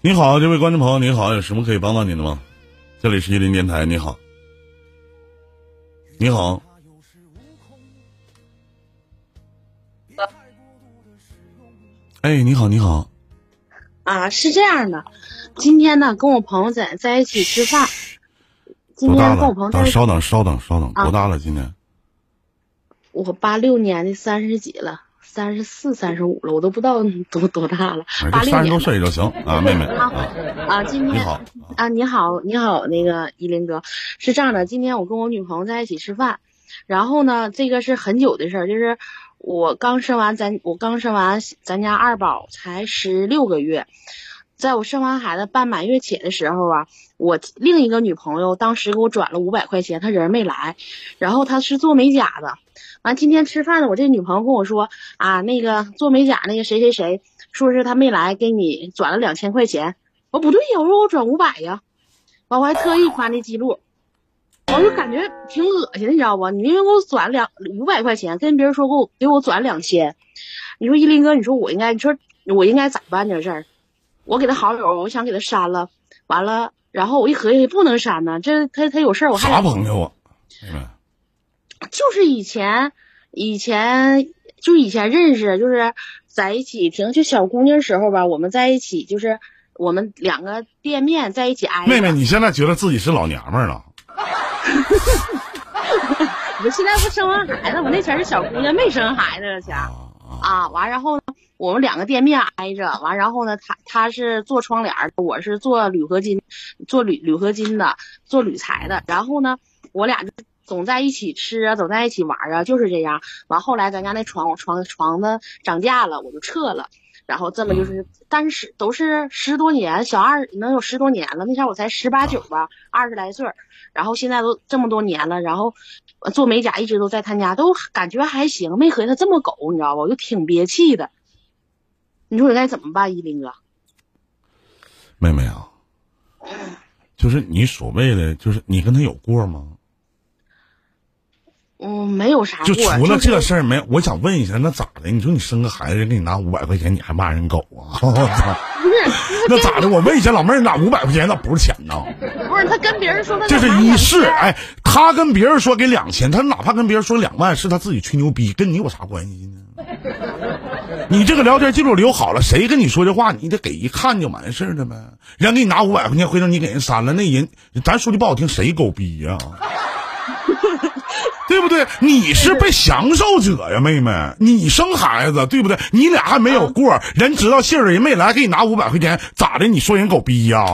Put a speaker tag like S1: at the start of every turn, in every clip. S1: 你好，这位观众朋友，您好，有什么可以帮到您的吗？这里是一零电台，你好，你好，哎，你好，你好，
S2: 啊，是这样的，今天呢，跟我朋友在在一起吃饭。今
S1: 多大
S2: 天跟我
S1: 了
S2: 朋友？在
S1: 等
S2: 一起，
S1: 稍等，稍等，稍等，
S2: 啊
S1: 多大了？今年
S2: 我八六年的三十几了，三十四、三十五了，我都不知道多多大了
S1: 哎，。
S2: 八
S1: 这
S2: 六
S1: 三十
S2: 年
S1: 多岁就行啊，妹妹
S2: 啊
S1: 啊，
S2: 啊，今
S1: 你
S2: 天
S1: 好，
S2: 啊，你好，你好，那个依林哥，是这样的，今天我跟我女朋友在一起吃饭，然后呢，这个是很久的事儿，就是我刚生完咱，我刚生完咱家二宝才十六个月，在我生完孩子办满月帖的时候啊，我另一个女朋友当时给我转了五百块钱，她人没来，然后她是做美甲的，完今天吃饭呢，我这女朋友跟我说啊，那个做美甲那个谁谁谁，说是她没来，给你转了两千块钱。我不对呀，我说我转五百呀，完我还特意翻那记录，我就感觉挺恶心的，你知道不？你因为给我转两五百块钱，跟别人说给我给我转两千，你说依林哥，你说我应该，你说我应该咋办这事儿？我给他好友，我想给他删了，完了，然后我一合计不能删呢，这他他有哎事儿我还得
S1: 啥朋友啊？妹妹，
S2: 就是以前，以前就以前认识，就是在一起挺就小姑娘时候吧，我们在一起就是我们两个店面在一起挨着。
S1: 妹妹，你现在觉得自己是老娘们儿了？
S2: 我现在不生完孩子，我那前儿是小姑娘，没生孩子了前儿
S1: 啊啊，
S2: 啊。完，然后呢，我们两个店面挨着，完，然后呢，他他是做窗帘儿的，我是做铝合金，做铝铝合金的，做铝材的。然后呢，我俩就总在一起吃啊，总在一起玩啊，就是这样。完，后来咱家那床床床子涨价了，我就撤了。然后这么就是，但是都是十多年，小二能有十多年了。那前儿我才十八九吧，二十来岁儿。然后现在都这么多年了，然后呃做美甲一直都在他家，都感觉还行，没合计他这么狗，你知道吧？我就挺憋气的。你说我该怎么办，依林哥？
S1: 妹妹啊，就是你所谓的，就是你跟他有过吗？
S2: 嗯，没有啥
S1: 就
S2: 过，
S1: 除了这
S2: 是
S1: 事儿没有，我想问一下，那咋的？你说你生个孩子，人给你拿五百块钱，你还骂人狗啊？
S2: 不是
S1: 那咋的？我问一下老妹儿，那五百块钱那不是钱呐？
S2: 不是他跟别人 说他
S1: 这是
S2: 干嘛
S1: 一
S2: 呀
S1: 试。，哎，他跟别人说给两千，他哪怕跟别人说两万，是他自己吹牛逼，跟你有啥关系呢？你这个聊天记录留好了，谁跟你说这话，你得给一看就完事儿了呗。人家给你拿五百块钱，回头你给人删了，那人咱说句不好听，谁狗逼呀、 对不对？你是被享受者呀，妹妹，你生孩子，对不对？你俩还没有过，人知道信儿，人没来，给你拿五百块钱，咋的？你说人狗逼呀、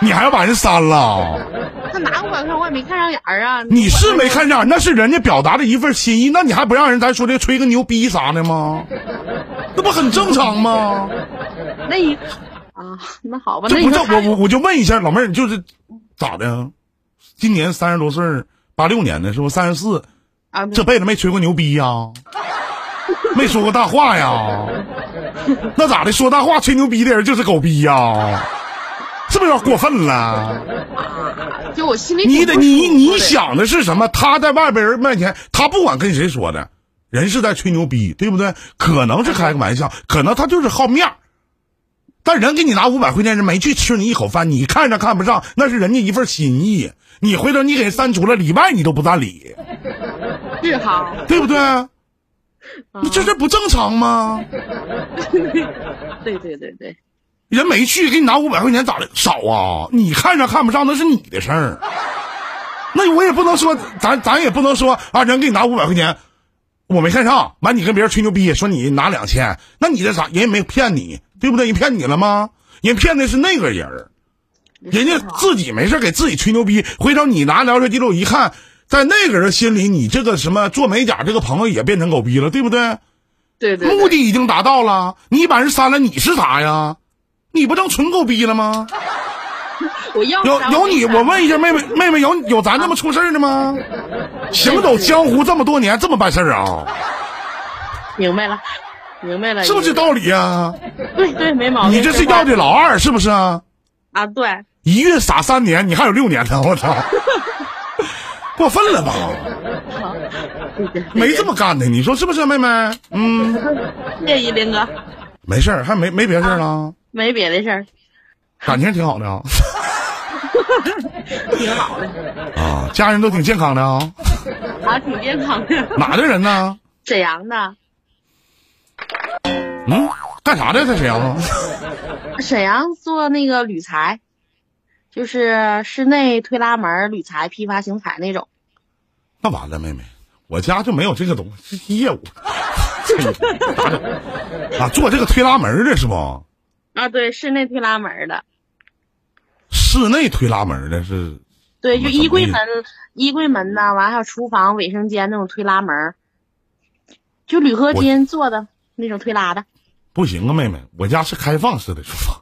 S1: 你还要把人删了？
S2: 他拿五百块我也没看上眼儿啊。
S1: 你是没看上，那是人家表达的一份心意，那你还不让人咱说这吹个牛逼啥的 吗？那不很正常吗？
S2: 那一啊？那好吧，那
S1: 这
S2: 你
S1: 不是
S2: 说
S1: 我我我就问一下老妹儿，就是咋的？今年三十多岁儿，八六年的是不？三十四，
S2: 啊，
S1: 这辈子没吹过牛逼呀、 没说过大话呀？那咋的？说大话吹牛逼的人就是狗逼呀、是不是有点过分了？
S2: 就我心里
S1: 你得
S2: 挺不
S1: 你
S2: 舒服
S1: 你
S2: 的，
S1: 想的是什么？他在外边人面前，他不管跟谁说的，人是在吹牛逼，对不对？可能是开个玩笑，可能他就是好面儿。但人给你拿五百块钱，人没去吃你一口饭，你看上看不上，那是人家一份心意。你回头你给人删除了，里外你都不占理，
S2: 是哈？
S1: 对不对？
S2: 啊
S1: 那这这不正常吗？
S2: 对对对对，
S1: 人没去，给你拿五百块钱咋的？少啊！你看上看不上那是你的事儿，那我也不能说，咱咱也不能说啊，人给你拿五百块钱，我没看上，完你跟别人吹牛逼说你拿两千，那你这啥？人也没有骗你，对不对？人骗你了吗？人骗的是那个人儿，人家自己没事给自己吹牛逼，回头你拿聊天记录一看，在那个人心里，你这个什么做美甲这个朋友也变成狗逼了，对不对？
S2: 对对
S1: 目
S2: 对，
S1: 的已经达到了，你把人删了，你是啥呀？你不正纯狗逼了吗？
S2: 我要
S1: 有
S2: 啥
S1: 有
S2: 没
S1: 你，
S2: 啥
S1: 我问一下妹妹，妹妹有有咱这么出事儿的 吗？行走江湖这么多年，这么办事儿
S2: 哎
S1: 啊，
S2: 明白了，明白了，
S1: 是不是
S2: 依林哥
S1: 道理啊？
S2: 对对，没毛病。
S1: 你这是要的老二是不是啊？
S2: 啊？对，
S1: 一月傻三年，你还有六年呢，我操！ 过分了吧？
S2: 对对对
S1: 没这么干的，你说是不是，妹妹？嗯，
S2: 谢谢依林哥，
S1: 没事儿，还没没别事儿了。
S2: 没别的事儿。
S1: 感情挺好的啊，
S2: 挺好的，
S1: 啊，家人都挺健康的啊，
S2: 啊，挺健康的。
S1: 哪的人呢？
S2: 沈阳的，
S1: 嗯，干啥的？在沈阳啊？
S2: 沈阳做那个铝材，就是室内推拉门铝材批发型材那种。
S1: 那完了，妹妹，我家就没有这个东西这业 务，这咋整啊？做这个推拉门儿的是不？
S2: 啊，对，室内推拉门的，
S1: 室内推拉门儿的是
S2: 对，
S1: 嗯
S2: 就
S1: 怎么
S2: 衣柜
S1: 意思
S2: 门、衣柜门呐，完还有厨房、卫生间那种推拉门，就铝合金做的那种推拉的。
S1: 不行啊，妹妹，我家是开放式的厨房。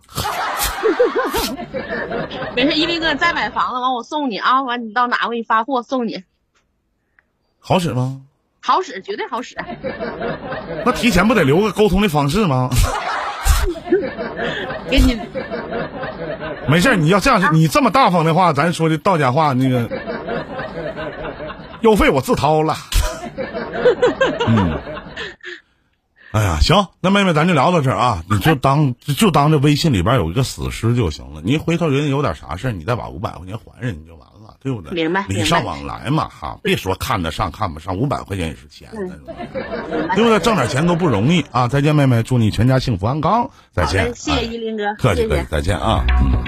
S2: 没事，一林哥再买房了，完我送你啊，完你到哪我给你发货送你，
S1: 好使吗？
S2: 好使，绝对好使。
S1: 那提前不得留个沟通的方式吗？
S2: 给你
S1: 没事儿，你要这样式，
S2: 啊
S1: 你这么大方的话，咱说的道家话，那个邮费我自掏 了。嗯，哎呀，行，那妹妹咱就聊到这儿啊，你
S2: 哎
S1: 就当就当这微信里边有一个死尸就行了。你回头人家有点啥事儿，你再把五百块钱还人家就完了，对不对？
S2: 明白嗯
S1: 礼
S2: 明白
S1: 尚往来嘛，哈，别说看得上看不上，五百块钱也是钱，
S2: 嗯
S1: 对不对？挣点钱都不容易啊！再见，妹妹，祝你全家幸福安康，再
S2: 好
S1: 见
S2: 的，，谢谢
S1: 哎
S2: 一林哥，
S1: 客气
S2: 谢
S1: 客气
S2: 谢，。
S1: 再见啊。嗯